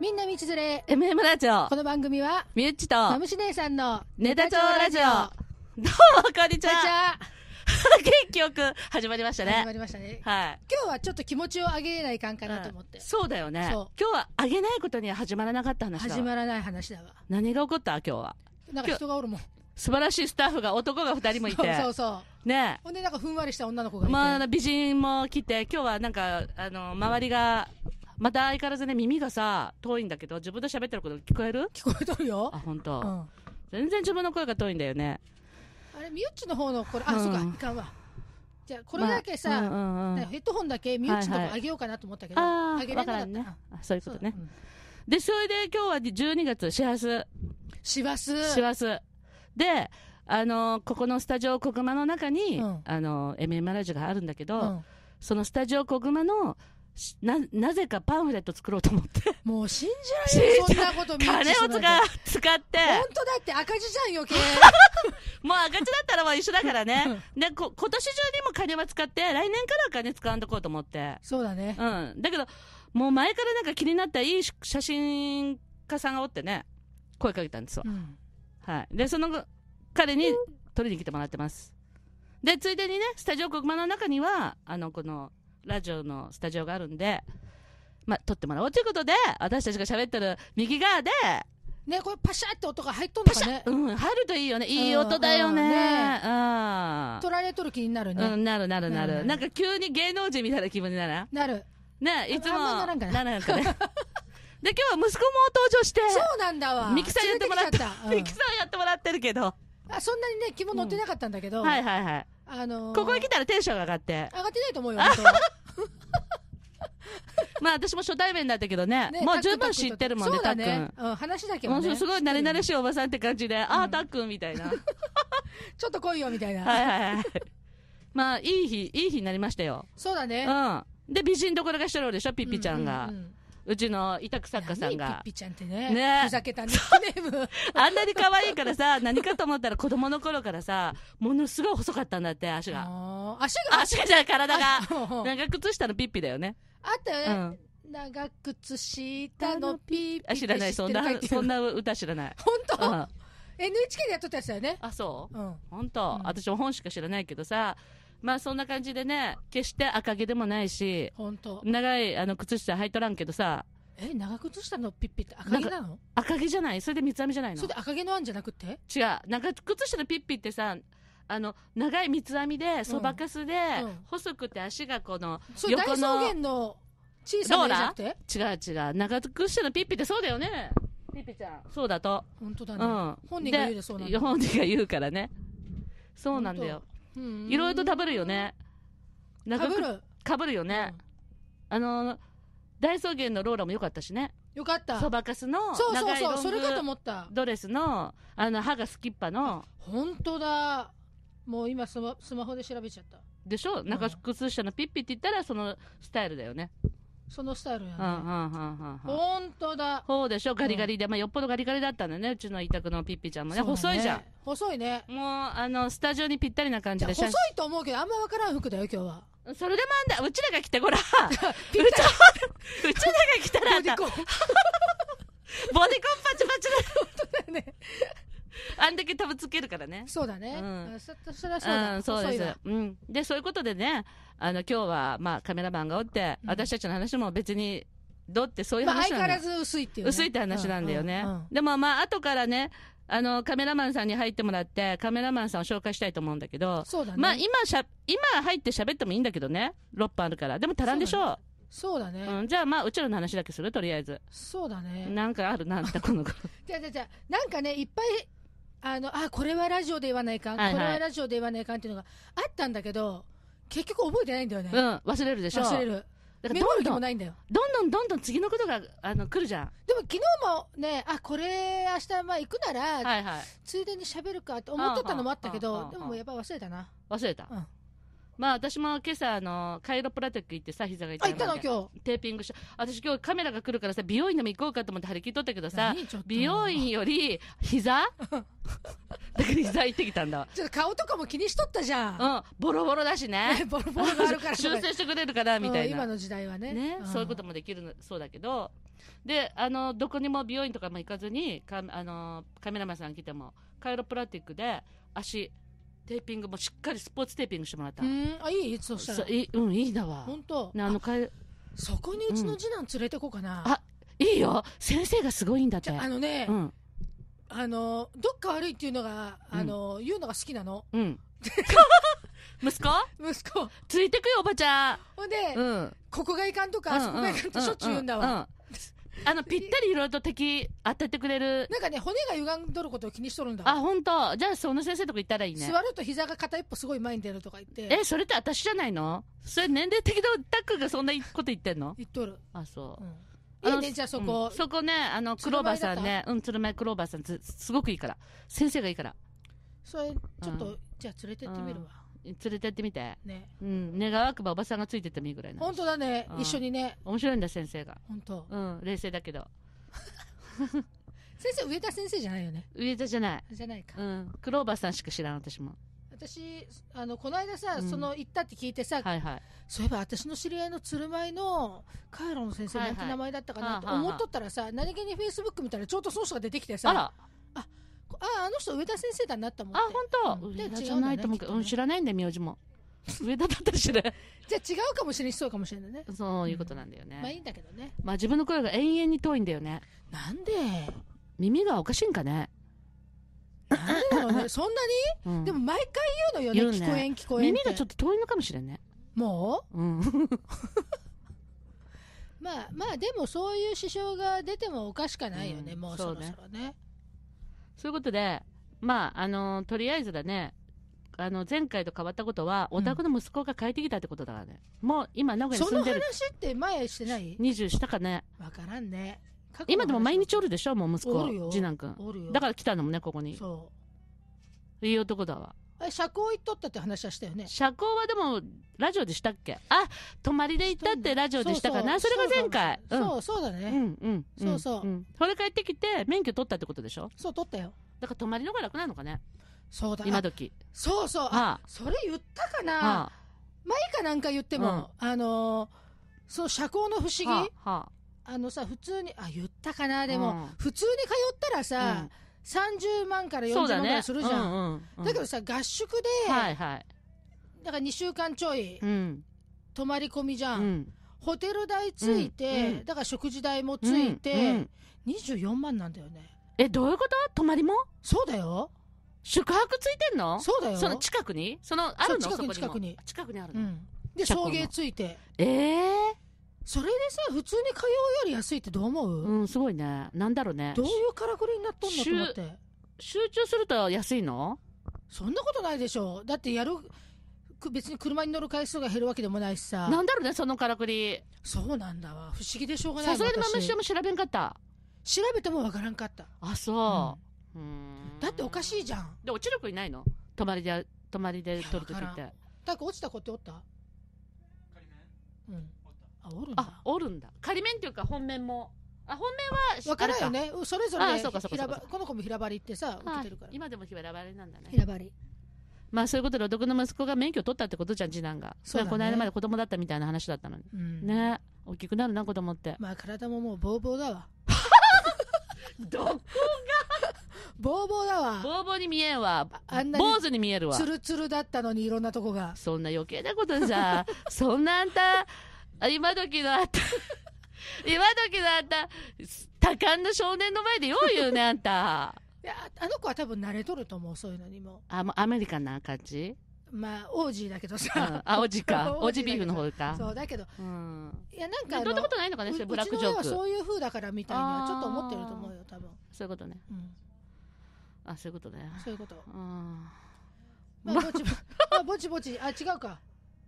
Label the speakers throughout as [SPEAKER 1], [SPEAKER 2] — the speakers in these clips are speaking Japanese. [SPEAKER 1] みんな道連れ。
[SPEAKER 2] MM ラジオ
[SPEAKER 1] こ、の番組は、
[SPEAKER 2] みゆっち
[SPEAKER 1] ま
[SPEAKER 2] と、
[SPEAKER 1] むし姉さんの
[SPEAKER 2] ネタ帳ラジオ。どうも、 こんにち
[SPEAKER 1] じゃじ
[SPEAKER 2] は。
[SPEAKER 1] ゃ
[SPEAKER 2] 元気よく始まりました
[SPEAKER 1] 始ま
[SPEAKER 2] ね。
[SPEAKER 1] りましたね。
[SPEAKER 2] はい。
[SPEAKER 1] 今日はちょっと気持ちを上げれないかんかなと思って
[SPEAKER 2] うん。そうだよね。
[SPEAKER 1] そ
[SPEAKER 2] 今日はあげないことには始まらなかった話だわ。
[SPEAKER 1] 始まらない話だわ。
[SPEAKER 2] 何が起こった今日は。
[SPEAKER 1] なんか人がおるもん。
[SPEAKER 2] 素晴らしいスタッフが、男が二人もい
[SPEAKER 1] そう
[SPEAKER 2] て。
[SPEAKER 1] そうそう。
[SPEAKER 2] ね
[SPEAKER 1] ほんでなんかふんわりした女の子がいて。
[SPEAKER 2] まああの、美人も来て、今日はなんか、あの、周りが、また相変わらずね、耳がさ、遠いんだけど、自分と喋ってること聞こえる
[SPEAKER 1] 聞こえとるよ
[SPEAKER 2] あ、。本
[SPEAKER 1] う
[SPEAKER 2] 当、
[SPEAKER 1] ん。あ
[SPEAKER 2] 全然自分の声が遠いんだよね。
[SPEAKER 1] れ、みゆっちの方のこれ、あ、
[SPEAKER 2] うん
[SPEAKER 1] そうか、いかんわ。じゃあ、これだけさ、
[SPEAKER 2] まあうんうんうん
[SPEAKER 1] ねヘッドホンだけみゆっちのと
[SPEAKER 2] はい
[SPEAKER 1] こ
[SPEAKER 2] はい
[SPEAKER 1] あげようかなと思ったけど、
[SPEAKER 2] あ
[SPEAKER 1] あげ
[SPEAKER 2] あ、
[SPEAKER 1] られな
[SPEAKER 2] わか
[SPEAKER 1] からった。
[SPEAKER 2] んね
[SPEAKER 1] あ。
[SPEAKER 2] あそういうこ
[SPEAKER 1] そう
[SPEAKER 2] と
[SPEAKER 1] だ
[SPEAKER 2] ね。。で、それで今日は12月、始発、
[SPEAKER 1] しばす。
[SPEAKER 2] 始発。で、あのーここのスタジオ小熊の中に、
[SPEAKER 1] うん
[SPEAKER 2] あのー、MM ラジオがあるんだけど、
[SPEAKER 1] うん
[SPEAKER 2] そのスタジオ小熊の、しな、なぜかパンフレット作ろうと思って、
[SPEAKER 1] もう信じられん、そんなことみゆっち
[SPEAKER 2] 金
[SPEAKER 1] して
[SPEAKER 2] を使
[SPEAKER 1] も
[SPEAKER 2] う
[SPEAKER 1] らって、
[SPEAKER 2] 使って、
[SPEAKER 1] 本当だって赤字じゃん 余計。
[SPEAKER 2] もう赤字だったらもう一緒だからね。で、こ、今年中にも金は使って、来年からは金使うんとこうと思って。
[SPEAKER 1] そうだね。
[SPEAKER 2] うん。だけど、もう前からなんか気になったいい写真家さんがおってね、声かけたんですよ。
[SPEAKER 1] うん。
[SPEAKER 2] はい。で、その後彼に取りに来てもらってます。で、ついでにね、スタジオ黒板の中には、あの、この、ラジオのスタジオがあるんで、まあ、撮ってもらおうということで、私たちが喋ってる右側で、
[SPEAKER 1] ね、これパシャって音が入っとんのかね。
[SPEAKER 2] うん、入るといいよね。いい音だよ
[SPEAKER 1] うんうん
[SPEAKER 2] ね
[SPEAKER 1] ね。
[SPEAKER 2] うん。
[SPEAKER 1] 取られとる気になる
[SPEAKER 2] う
[SPEAKER 1] ね。
[SPEAKER 2] ん、なるなる
[SPEAKER 1] なるな
[SPEAKER 2] なる。
[SPEAKER 1] る
[SPEAKER 2] なんか急に芸能人みたいな気分にならん
[SPEAKER 1] なる。
[SPEAKER 2] ねいつも。
[SPEAKER 1] あんまならんかな
[SPEAKER 2] なんかね。で、今日は息子も登場して、
[SPEAKER 1] そうなんだわ。
[SPEAKER 2] ミキサーやってもらっ
[SPEAKER 1] 連れき
[SPEAKER 2] た
[SPEAKER 1] ちゃった。う。ん
[SPEAKER 2] ミキサーやってもらってるけど。
[SPEAKER 1] あ、そんなにね、気も乗ってなかったんだけど、
[SPEAKER 2] はい
[SPEAKER 1] あ
[SPEAKER 2] はいはい。
[SPEAKER 1] のー、
[SPEAKER 2] ここへ来たらテンションが上が って。
[SPEAKER 1] 上がってないと思う よ、本当は
[SPEAKER 2] まあ私も初対面だったけどね。もう十分知ってるもんね、
[SPEAKER 1] タ
[SPEAKER 2] たっ
[SPEAKER 1] ック
[SPEAKER 2] くん。
[SPEAKER 1] タックとそうだね。うん、話だけ
[SPEAKER 2] も
[SPEAKER 1] は
[SPEAKER 2] う
[SPEAKER 1] ね。
[SPEAKER 2] すごい慣れ慣れ
[SPEAKER 1] し
[SPEAKER 2] しいおばさんって感じで、ああ、たっくんみたいな。はい
[SPEAKER 1] ちょっと来いよ、みたいな。
[SPEAKER 2] はいはい。まあ、いい日、いい日になりましたよ。
[SPEAKER 1] そうだね。
[SPEAKER 2] うん。で、美人どころが一人おるでしょ、ピッピちゃんが
[SPEAKER 1] う。う
[SPEAKER 2] うちの委託作家さ
[SPEAKER 1] 何
[SPEAKER 2] んが
[SPEAKER 1] ピッ。ピちゃんってね。
[SPEAKER 2] ね
[SPEAKER 1] ふざけ たニックネーム。
[SPEAKER 2] あんなに可愛いからさ、何かと思ったら子供の頃からさ、ものすごい細かったんだって、足が。
[SPEAKER 1] あー足が。
[SPEAKER 2] 足じゃない体が。
[SPEAKER 1] あうんあ
[SPEAKER 2] 長靴下のピッピだよね。
[SPEAKER 1] った
[SPEAKER 2] う
[SPEAKER 1] よね。
[SPEAKER 2] ん。
[SPEAKER 1] 長靴下のピーピー
[SPEAKER 2] あ知らない、そんな、そん
[SPEAKER 1] な。
[SPEAKER 2] な歌知らない。
[SPEAKER 1] 本
[SPEAKER 2] う
[SPEAKER 1] 当
[SPEAKER 2] ん。
[SPEAKER 1] ?NHK でやっとったやつだよね。
[SPEAKER 2] あ、そう
[SPEAKER 1] うん。
[SPEAKER 2] 本当、
[SPEAKER 1] うん
[SPEAKER 2] 私も本しか知らないけどさ、まあそんな感じでね、決して赤毛でもないし、
[SPEAKER 1] 本当。
[SPEAKER 2] 長いあの靴下履いとらんけどさ、
[SPEAKER 1] え、長靴下のピッピって赤毛なの
[SPEAKER 2] 赤毛じゃないそれで三つ編みじゃないの
[SPEAKER 1] それで赤毛の案じゃなくて
[SPEAKER 2] 違う。長靴下のピッピってさ、あの、長い三つ編みで、そばかすで、
[SPEAKER 1] うん
[SPEAKER 2] 細くて足がこの、
[SPEAKER 1] それ大
[SPEAKER 2] 横
[SPEAKER 1] 草
[SPEAKER 2] の、違
[SPEAKER 1] 原の小さな絵じゃなくて
[SPEAKER 2] う違う。長靴下のピッピってそうだよね。ピッピちゃん。そうだと。
[SPEAKER 1] 本当だ
[SPEAKER 2] う
[SPEAKER 1] ね
[SPEAKER 2] ん。。
[SPEAKER 1] 本人が言うでそうなんだ
[SPEAKER 2] 本人が言うからね。そうなんだよ。い
[SPEAKER 1] い
[SPEAKER 2] ろいろと食べるよ。ね。
[SPEAKER 1] か
[SPEAKER 2] 長
[SPEAKER 1] ぶ
[SPEAKER 2] 靴
[SPEAKER 1] る。
[SPEAKER 2] かぶるよね、あの大草原のローラも良かったしね
[SPEAKER 1] うん。よかった。
[SPEAKER 2] そ
[SPEAKER 1] そう
[SPEAKER 2] ばかすの
[SPEAKER 1] そう
[SPEAKER 2] 長いロ
[SPEAKER 1] そう、
[SPEAKER 2] ン
[SPEAKER 1] それかと
[SPEAKER 2] グ
[SPEAKER 1] 思った。
[SPEAKER 2] ドレスのあの歯がスキッパの
[SPEAKER 1] 本当だ。もう今スマスマホで調べちゃった。
[SPEAKER 2] でしょ中靴下のピッピって言ったらそのスタイルだよね、
[SPEAKER 1] そのスタイルや
[SPEAKER 2] うん、うん
[SPEAKER 1] ね。
[SPEAKER 2] うんうんうん
[SPEAKER 1] 本当だ。
[SPEAKER 2] そうでしょガリガリで、まあ、よっぽどガリガリだったんだよねうちの委託のピッピちゃんもね
[SPEAKER 1] そうだ
[SPEAKER 2] 細いじゃん。
[SPEAKER 1] 細いね。
[SPEAKER 2] もうあのスタジオにぴったりな感
[SPEAKER 1] じ
[SPEAKER 2] じ
[SPEAKER 1] ゃあ
[SPEAKER 2] で
[SPEAKER 1] 細
[SPEAKER 2] 写
[SPEAKER 1] いと思うけど、あんまわからん服だよ、今日は。
[SPEAKER 2] 真それでもあんだうちらが来てごらんうちら
[SPEAKER 1] ピッ
[SPEAKER 2] うちらが来たらあ
[SPEAKER 1] タ
[SPEAKER 2] ん
[SPEAKER 1] リ
[SPEAKER 2] たボ
[SPEAKER 1] コン。
[SPEAKER 2] ディコンパチパチだ
[SPEAKER 1] ね
[SPEAKER 2] あんだけタブつけるからね
[SPEAKER 1] そうだね。
[SPEAKER 2] うん
[SPEAKER 1] あそそれはそう
[SPEAKER 2] う
[SPEAKER 1] だ。
[SPEAKER 2] ん、そう
[SPEAKER 1] 細
[SPEAKER 2] で
[SPEAKER 1] い
[SPEAKER 2] す
[SPEAKER 1] わ。
[SPEAKER 2] うん。で、そういうことでね、あの、今日は、まあ、カメラマンがおって、
[SPEAKER 1] うん
[SPEAKER 2] 私たちの話も別に、どうってそういう
[SPEAKER 1] まあ、
[SPEAKER 2] 話
[SPEAKER 1] 相変
[SPEAKER 2] な
[SPEAKER 1] わ
[SPEAKER 2] んだ
[SPEAKER 1] らず薄いっていうね。
[SPEAKER 2] 薄いって話なんだよね
[SPEAKER 1] うううん。
[SPEAKER 2] でも、まあ、後からね、あの、カメラマンさんに入ってもらって、カメラマンさんを紹介したいと思うんだけど、
[SPEAKER 1] そうだね。
[SPEAKER 2] まあ、今しゃ、今入って喋ってもいいんだけどね、6分あるから。でも足らんでしょう。
[SPEAKER 1] そうだね。
[SPEAKER 2] うん、じゃあ、まあ、うちらの話だけする、とりあえず。
[SPEAKER 1] そうだね。
[SPEAKER 2] なんかあるな、んだこ の子。
[SPEAKER 1] じゃあじゃあじゃあなんかね、いっぱい、あの、あ、これはラジオで言わないかん、
[SPEAKER 2] はいはい
[SPEAKER 1] これはラジオで言わないかんっていうのがあったんだけど、結局覚えてないんだよね。
[SPEAKER 2] うん、忘れるでしょ。
[SPEAKER 1] 忘れる。
[SPEAKER 2] だから
[SPEAKER 1] メモ
[SPEAKER 2] ど
[SPEAKER 1] る
[SPEAKER 2] ん
[SPEAKER 1] 気
[SPEAKER 2] ど
[SPEAKER 1] も
[SPEAKER 2] ん、
[SPEAKER 1] ないんだよ。
[SPEAKER 2] どんどんどんどん次のことが、あの、来るじゃん。
[SPEAKER 1] でも昨日もね、あ、これ明日まあ行くなら、
[SPEAKER 2] はいはい。
[SPEAKER 1] ついでに喋るかって思っとったのもあったけ
[SPEAKER 2] うんうんうんう
[SPEAKER 1] ど
[SPEAKER 2] ん、
[SPEAKER 1] でももうやっぱ忘れたな。
[SPEAKER 2] 忘れた。
[SPEAKER 1] うん
[SPEAKER 2] まあ私も今朝あのカイロプラティック行ってさ膝が痛
[SPEAKER 1] あ、
[SPEAKER 2] い
[SPEAKER 1] 行ったの
[SPEAKER 2] で
[SPEAKER 1] 今
[SPEAKER 2] テーピングした私今日カメラが来るからさ美容院でも行こうかと思って張り切っとったけど
[SPEAKER 1] 日。
[SPEAKER 2] さ
[SPEAKER 1] 何ちょっと
[SPEAKER 2] 美容院より 膝だから膝行ってきたんだわ
[SPEAKER 1] ちょっと顔とかも気にしとったじゃん。
[SPEAKER 2] うんボロボロだしね
[SPEAKER 1] ボロボロがあるからとか
[SPEAKER 2] 修正してくれるかなみたい
[SPEAKER 1] うん今
[SPEAKER 2] な
[SPEAKER 1] の時代はね。
[SPEAKER 2] ね
[SPEAKER 1] ん
[SPEAKER 2] そういうこともできるのそうだけどであのどこにも美容院とかも行かずにかあのカメラマンさん来てもカイロプラティックで足テーピングもしっかりスポーツテーピングしてもらった
[SPEAKER 1] う、んあいいそした
[SPEAKER 2] そ
[SPEAKER 1] ら
[SPEAKER 2] ういいうんいいだわ
[SPEAKER 1] 本当
[SPEAKER 2] ねあのかい
[SPEAKER 1] そこにうちの次男連れてこうかな、
[SPEAKER 2] うんあいいよ先生がすごいんだって
[SPEAKER 1] じゃああのね、
[SPEAKER 2] うん
[SPEAKER 1] あのどっか悪いっていうのが
[SPEAKER 2] うん
[SPEAKER 1] あの、言うのが好きなの
[SPEAKER 2] うん息子
[SPEAKER 1] 息子
[SPEAKER 2] ついてくよおばちゃん
[SPEAKER 1] ほんで、
[SPEAKER 2] うん
[SPEAKER 1] ここがいかんとか、あそこがいかんとしょっちゅう言うんだわ、
[SPEAKER 2] んあのぴったりいろいろと敵当ててくれる
[SPEAKER 1] なんかね骨が歪んどることを気にしとるんだわ
[SPEAKER 2] あ本当じゃあその先生とか行ったらいいね
[SPEAKER 1] 座ると膝が片一歩すごい前に出るとか言って
[SPEAKER 2] えそれって私じゃないのそれ年齢的なタックがそんなこと言ってんの
[SPEAKER 1] 言っとる、、
[SPEAKER 2] あそううん
[SPEAKER 1] いい
[SPEAKER 2] の
[SPEAKER 1] ねじゃあそこ、
[SPEAKER 2] うんそこねあのクローバーさんねうん鶴舞クローバーさんずすごくいいから先生がいいから
[SPEAKER 1] それちょっと、
[SPEAKER 2] う
[SPEAKER 1] じゃあ連れてってみるわ、
[SPEAKER 2] 連れてってみて
[SPEAKER 1] ね
[SPEAKER 2] うん願わくばおばさんがついてってもいいぐらいな
[SPEAKER 1] 本当だね、
[SPEAKER 2] うん
[SPEAKER 1] 一緒にね
[SPEAKER 2] 面白いんだ先生が
[SPEAKER 1] 本当
[SPEAKER 2] うん冷静だけど
[SPEAKER 1] 先生上田先生じゃないよね
[SPEAKER 2] 上田じゃない
[SPEAKER 1] じゃないか、
[SPEAKER 2] うんクローバーさんしか知らん私も
[SPEAKER 1] 私あのこの間さ、
[SPEAKER 2] うん
[SPEAKER 1] その行ったって聞いてさ、
[SPEAKER 2] はいはい
[SPEAKER 1] そういえば私の知り合いの鶴舞のカイロの先生
[SPEAKER 2] はい
[SPEAKER 1] な
[SPEAKER 2] は
[SPEAKER 1] ん
[SPEAKER 2] い
[SPEAKER 1] て名前だったか
[SPEAKER 2] は
[SPEAKER 1] な
[SPEAKER 2] あ
[SPEAKER 1] と
[SPEAKER 2] はあはあ
[SPEAKER 1] 思っとったらさ、何気にフェイスブック見たらちょうどその人が出てきてさ
[SPEAKER 2] あら
[SPEAKER 1] こああの人上田先生だなと思っ
[SPEAKER 2] あ
[SPEAKER 1] て
[SPEAKER 2] 本当
[SPEAKER 1] うん
[SPEAKER 2] 上田
[SPEAKER 1] で
[SPEAKER 2] じゃないと思うけどうん知らないんだよ名字も上田だったら知らない
[SPEAKER 1] じゃあ違うかもしれんしそうかもしれないね
[SPEAKER 2] そういうことなんだよね、
[SPEAKER 1] まあいいんだけどね
[SPEAKER 2] まあ自分の声が延々に遠いんだよね
[SPEAKER 1] なんで
[SPEAKER 2] 耳がおかしいんかね、
[SPEAKER 1] なんでだろうねそんな
[SPEAKER 2] うん
[SPEAKER 1] にでも毎回言うの
[SPEAKER 2] 言
[SPEAKER 1] よ
[SPEAKER 2] う
[SPEAKER 1] ね
[SPEAKER 2] ね
[SPEAKER 1] 聞こえん聞こえん
[SPEAKER 2] 耳がちょ
[SPEAKER 1] っ
[SPEAKER 2] っと遠いのかもしれんね
[SPEAKER 1] とも
[SPEAKER 2] うん
[SPEAKER 1] うまあまあでもそういう支障が出てもおかしくはないよね、
[SPEAKER 2] うん
[SPEAKER 1] もうそろそろね
[SPEAKER 2] そういうことでまああのとりあえずだねあの前回と変わったことはお宅の息子が帰ってきたってことだからね、もう今名古屋に
[SPEAKER 1] そ
[SPEAKER 2] 住ん
[SPEAKER 1] の
[SPEAKER 2] で
[SPEAKER 1] 話
[SPEAKER 2] る
[SPEAKER 1] って前してない
[SPEAKER 2] 20したかね
[SPEAKER 1] わからんね過去の話
[SPEAKER 2] 今でも毎日おるでしょもう息
[SPEAKER 1] おる
[SPEAKER 2] 子
[SPEAKER 1] よ
[SPEAKER 2] 次男くん
[SPEAKER 1] おるよ
[SPEAKER 2] だから来たのもねここに
[SPEAKER 1] そう
[SPEAKER 2] いい男だわ
[SPEAKER 1] あれ社交行っとったって話はしたよね
[SPEAKER 2] 社交はでもラジオでしたっけあ泊まりで行ったってラジオでしたかなそ
[SPEAKER 1] そうう
[SPEAKER 2] れが前回
[SPEAKER 1] そう
[SPEAKER 2] うん
[SPEAKER 1] そうそうだ
[SPEAKER 2] う
[SPEAKER 1] ね、
[SPEAKER 2] んうんん
[SPEAKER 1] そうそうん
[SPEAKER 2] それ帰ってきて免許取ったってことでしょ
[SPEAKER 1] そう取ったよ
[SPEAKER 2] だから泊まりの方が楽なのかね
[SPEAKER 1] そうだ
[SPEAKER 2] 今
[SPEAKER 1] あ
[SPEAKER 2] 時
[SPEAKER 1] そうそうあ
[SPEAKER 2] あ
[SPEAKER 1] それ言ったか
[SPEAKER 2] あ
[SPEAKER 1] な
[SPEAKER 2] あ
[SPEAKER 1] 前かなんか言っても、あのーその社交の不思議、
[SPEAKER 2] はあは
[SPEAKER 1] あのさ普通にあ言ったかな
[SPEAKER 2] あ
[SPEAKER 1] でも、
[SPEAKER 2] うん
[SPEAKER 1] 普通に通ったらさ、30万から40
[SPEAKER 2] そう
[SPEAKER 1] 万
[SPEAKER 2] だ
[SPEAKER 1] ぐら
[SPEAKER 2] ね
[SPEAKER 1] いするじゃんだ,、
[SPEAKER 2] うんうんうん
[SPEAKER 1] けどさ合宿で、
[SPEAKER 2] はいはい
[SPEAKER 1] だから2週間ちょい
[SPEAKER 2] うん
[SPEAKER 1] 泊まり込みじゃ、
[SPEAKER 2] うんん
[SPEAKER 1] ホテル代ついて、
[SPEAKER 2] うんうん
[SPEAKER 1] だから食事代もついて、
[SPEAKER 2] うんうん
[SPEAKER 1] 24万なんだよね
[SPEAKER 2] えどういうこと泊まりも
[SPEAKER 1] そうだよ
[SPEAKER 2] 宿泊ついてんの
[SPEAKER 1] そうだよ
[SPEAKER 2] その近くにそのあるの
[SPEAKER 1] そう
[SPEAKER 2] そこにも
[SPEAKER 1] 近くに近くに
[SPEAKER 2] 近くにある
[SPEAKER 1] う
[SPEAKER 2] の
[SPEAKER 1] ん、で
[SPEAKER 2] 車庫
[SPEAKER 1] 送
[SPEAKER 2] も
[SPEAKER 1] 迎ついて
[SPEAKER 2] ええ
[SPEAKER 1] それでさ普通に通うより安いってどう思う、
[SPEAKER 2] うんすごいねなんだろうね
[SPEAKER 1] どういうからくりになっとんのと思って
[SPEAKER 2] 集中すると安いの
[SPEAKER 1] そんなことないでしょだってやるく別に車に乗る回数が減るわけでもないしさ
[SPEAKER 2] なんだろうねそのからくり
[SPEAKER 1] そうなんだわ不思議でしょうがない
[SPEAKER 2] さすがにマム
[SPEAKER 1] 私
[SPEAKER 2] シも調べんかった
[SPEAKER 1] 調べてもわからんかった、
[SPEAKER 2] あそう、うーん
[SPEAKER 1] だっておかしいじゃん
[SPEAKER 2] で落ちる子いないの泊まりで泊まりで取るとき
[SPEAKER 1] いやわ
[SPEAKER 2] っ
[SPEAKER 1] から
[SPEAKER 2] て
[SPEAKER 1] だから落ちた子っておったうんあおるん
[SPEAKER 2] あ
[SPEAKER 1] だ
[SPEAKER 2] おるんだ仮面っていうか本面もあ本面は
[SPEAKER 1] わからんよ
[SPEAKER 2] あれ
[SPEAKER 1] ねそれぞれ
[SPEAKER 2] あそうかそうか
[SPEAKER 1] ひらば
[SPEAKER 2] そうか
[SPEAKER 1] この子も平張りってさ受
[SPEAKER 2] は
[SPEAKER 1] け
[SPEAKER 2] い
[SPEAKER 1] てるから
[SPEAKER 2] 今でもひばらばれなんだね
[SPEAKER 1] 平張り
[SPEAKER 2] まあそういうことでお得の息子が免許取ったってことじゃん次男が
[SPEAKER 1] そうだね
[SPEAKER 2] この間まで子供だったみたいな話だったのに、
[SPEAKER 1] うん
[SPEAKER 2] ね大きくなるな子供って
[SPEAKER 1] まあ体ももうボーボーだわ
[SPEAKER 2] ど
[SPEAKER 1] ボーボーだわ
[SPEAKER 2] ボーボーに見えんわ
[SPEAKER 1] ああんなに
[SPEAKER 2] 坊主に見えるわ
[SPEAKER 1] ツルツルだったのにいろんなとこが
[SPEAKER 2] そんな余計なことさ、そんなあんた、あ今時のあんた、今時のあんた、多感な少年の前でよう言うね、あんた。
[SPEAKER 1] いやあの子は多分慣れとると思うそういうのにも
[SPEAKER 2] あ、もうアメリカンな感じ、
[SPEAKER 1] まあオージーだけど
[SPEAKER 2] うん
[SPEAKER 1] さ、
[SPEAKER 2] あ、おじか。お
[SPEAKER 1] 王子
[SPEAKER 2] じビーフの方
[SPEAKER 1] だけど
[SPEAKER 2] か。
[SPEAKER 1] そうだけど
[SPEAKER 2] うん。
[SPEAKER 1] いやなん
[SPEAKER 2] で
[SPEAKER 1] かあ
[SPEAKER 2] ど
[SPEAKER 1] の
[SPEAKER 2] んなことないのかね、
[SPEAKER 1] う
[SPEAKER 2] それブラック
[SPEAKER 1] うち
[SPEAKER 2] ジ
[SPEAKER 1] の
[SPEAKER 2] ョ
[SPEAKER 1] 親は
[SPEAKER 2] ーク。そう
[SPEAKER 1] そういう風だからみたいにはちょっと思ってると思うよ多分、
[SPEAKER 2] いうことね。
[SPEAKER 1] うん、
[SPEAKER 2] あ、そういうことね。
[SPEAKER 1] そういう こと
[SPEAKER 2] うん。
[SPEAKER 1] まあぼちぼまあぼちぼちあ違うか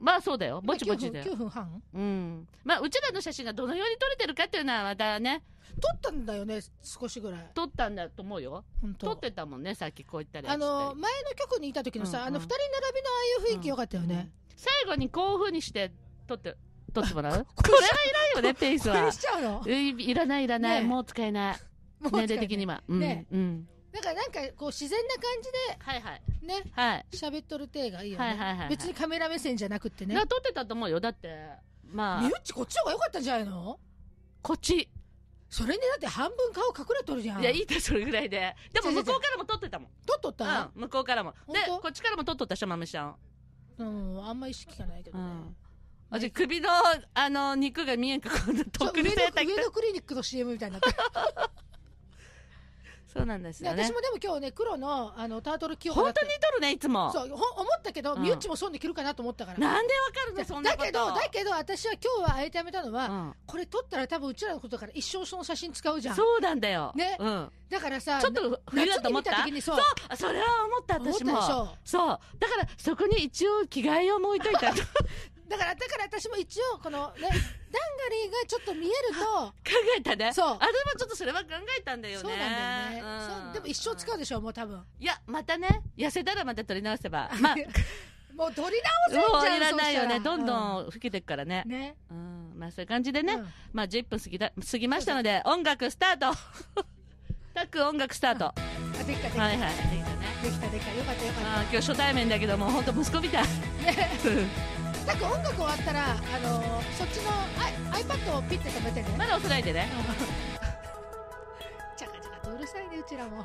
[SPEAKER 2] まあそうだよ。ぼちぼちだ
[SPEAKER 1] 9
[SPEAKER 2] よ。
[SPEAKER 1] 分 ,9 分半
[SPEAKER 2] うん。まあうちらの写真がどのように撮れてるかっていうのはまたね、
[SPEAKER 1] 撮ったんだよね少しぐらい
[SPEAKER 2] 撮ったんだと思うよ。
[SPEAKER 1] 本当
[SPEAKER 2] 撮ってたもんね、さっきこう言ったりあっ
[SPEAKER 1] あ
[SPEAKER 2] ち行ったり
[SPEAKER 1] の前の局にいた時のさ、
[SPEAKER 2] うんうん
[SPEAKER 1] あの二人並びのああいう雰囲気よかったよね、
[SPEAKER 2] 最後にこういうふうにして撮って撮って もらう
[SPEAKER 1] こ
[SPEAKER 2] こ
[SPEAKER 1] れ
[SPEAKER 2] れはいらんよねペース
[SPEAKER 1] これ
[SPEAKER 2] は
[SPEAKER 1] しちゃうの
[SPEAKER 2] いいらないいらない、
[SPEAKER 1] ねえ
[SPEAKER 2] もう使えない
[SPEAKER 1] もう
[SPEAKER 2] 年齢的には、うん
[SPEAKER 1] ね
[SPEAKER 2] うん
[SPEAKER 1] だからなんかこう自然な感
[SPEAKER 2] はいはい
[SPEAKER 1] じでね
[SPEAKER 2] はい、
[SPEAKER 1] 喋っとる体がいいよね、
[SPEAKER 2] はいはいはいはい
[SPEAKER 1] 別にカメラ目線じゃなくってね
[SPEAKER 2] だから撮ってたと思うよだってま
[SPEAKER 1] 身
[SPEAKER 2] あ
[SPEAKER 1] 内こっちの方が良かったんじゃないの
[SPEAKER 2] こっち
[SPEAKER 1] それにだって半分顔隠れとるじゃん
[SPEAKER 2] いや、いいって、それぐらいで。でも、
[SPEAKER 1] 違う違う違
[SPEAKER 2] 向
[SPEAKER 1] う
[SPEAKER 2] こうからも撮ってたもん。
[SPEAKER 1] 撮っとった、
[SPEAKER 2] うん、向こうからも。で
[SPEAKER 1] 本、当
[SPEAKER 2] こっちからも撮っとったしょ、まむしちゃん。
[SPEAKER 1] うん、あんま意識がないけどね、
[SPEAKER 2] あじゃあ首の、あの、肉が見えんか、こんなとっくに
[SPEAKER 1] そう
[SPEAKER 2] された
[SPEAKER 1] 上の上のクリニックの CM みたいになってる
[SPEAKER 2] そうなんです
[SPEAKER 1] で
[SPEAKER 2] よね。
[SPEAKER 1] 私もでも今日ね黒のあのタートル着ようかな
[SPEAKER 2] 本
[SPEAKER 1] っ
[SPEAKER 2] 当
[SPEAKER 1] て
[SPEAKER 2] に撮るね、いつも。
[SPEAKER 1] そうほ思ったけど、
[SPEAKER 2] うん
[SPEAKER 1] ミュッチもそうで着るかなと思ったから
[SPEAKER 2] なんでわかるの、そんな
[SPEAKER 1] だ
[SPEAKER 2] こと。
[SPEAKER 1] けどだけど私は今日はあえてやめたのは、
[SPEAKER 2] うん
[SPEAKER 1] これ撮ったら多分うちらのことだから一生その写真使うじゃん
[SPEAKER 2] そうなんだよ。
[SPEAKER 1] ね
[SPEAKER 2] うん。
[SPEAKER 1] だからさ
[SPEAKER 2] ちょっと冬だと思った
[SPEAKER 1] 夏に見た時にそう
[SPEAKER 2] あそれは思った、私も。
[SPEAKER 1] 思ったでしょ
[SPEAKER 2] そう。だから、そこに一応着替えをもう置いとい た。考
[SPEAKER 1] だからだから私も一応この ねダンガリーがちょっと見えると
[SPEAKER 2] えたね。
[SPEAKER 1] そう
[SPEAKER 2] あ、でもちょっとそれは考えたんだよね。
[SPEAKER 1] そうなんだよね、
[SPEAKER 2] う
[SPEAKER 1] そ
[SPEAKER 2] ん
[SPEAKER 1] うでも一生使うでしょもう多分
[SPEAKER 2] いや、またね、痩せたらまた取り直せ ば。まあ、も
[SPEAKER 1] もう撮り
[SPEAKER 2] う
[SPEAKER 1] 直せんじゃん
[SPEAKER 2] いらないよ
[SPEAKER 1] そ
[SPEAKER 2] ね。
[SPEAKER 1] したら
[SPEAKER 2] どんどん老けてくからね
[SPEAKER 1] う。んね
[SPEAKER 2] うん、まあそういう感じでね、
[SPEAKER 1] うん
[SPEAKER 2] まあ10分過ぎた、過ぎましたので、音楽スタートタック音楽スタート、は
[SPEAKER 1] あできたでき
[SPEAKER 2] い
[SPEAKER 1] た、
[SPEAKER 2] はい。できたね。
[SPEAKER 1] できたできたよかったよかっ
[SPEAKER 2] あー今日初対面だけども、本当息子みたい。
[SPEAKER 1] たねなんか音楽終わったら、あのーそっちのアイ iPad をピッて止めてね。
[SPEAKER 2] まだ幼いでね。
[SPEAKER 1] ちゃかちゃかとうるさいね、うちらも。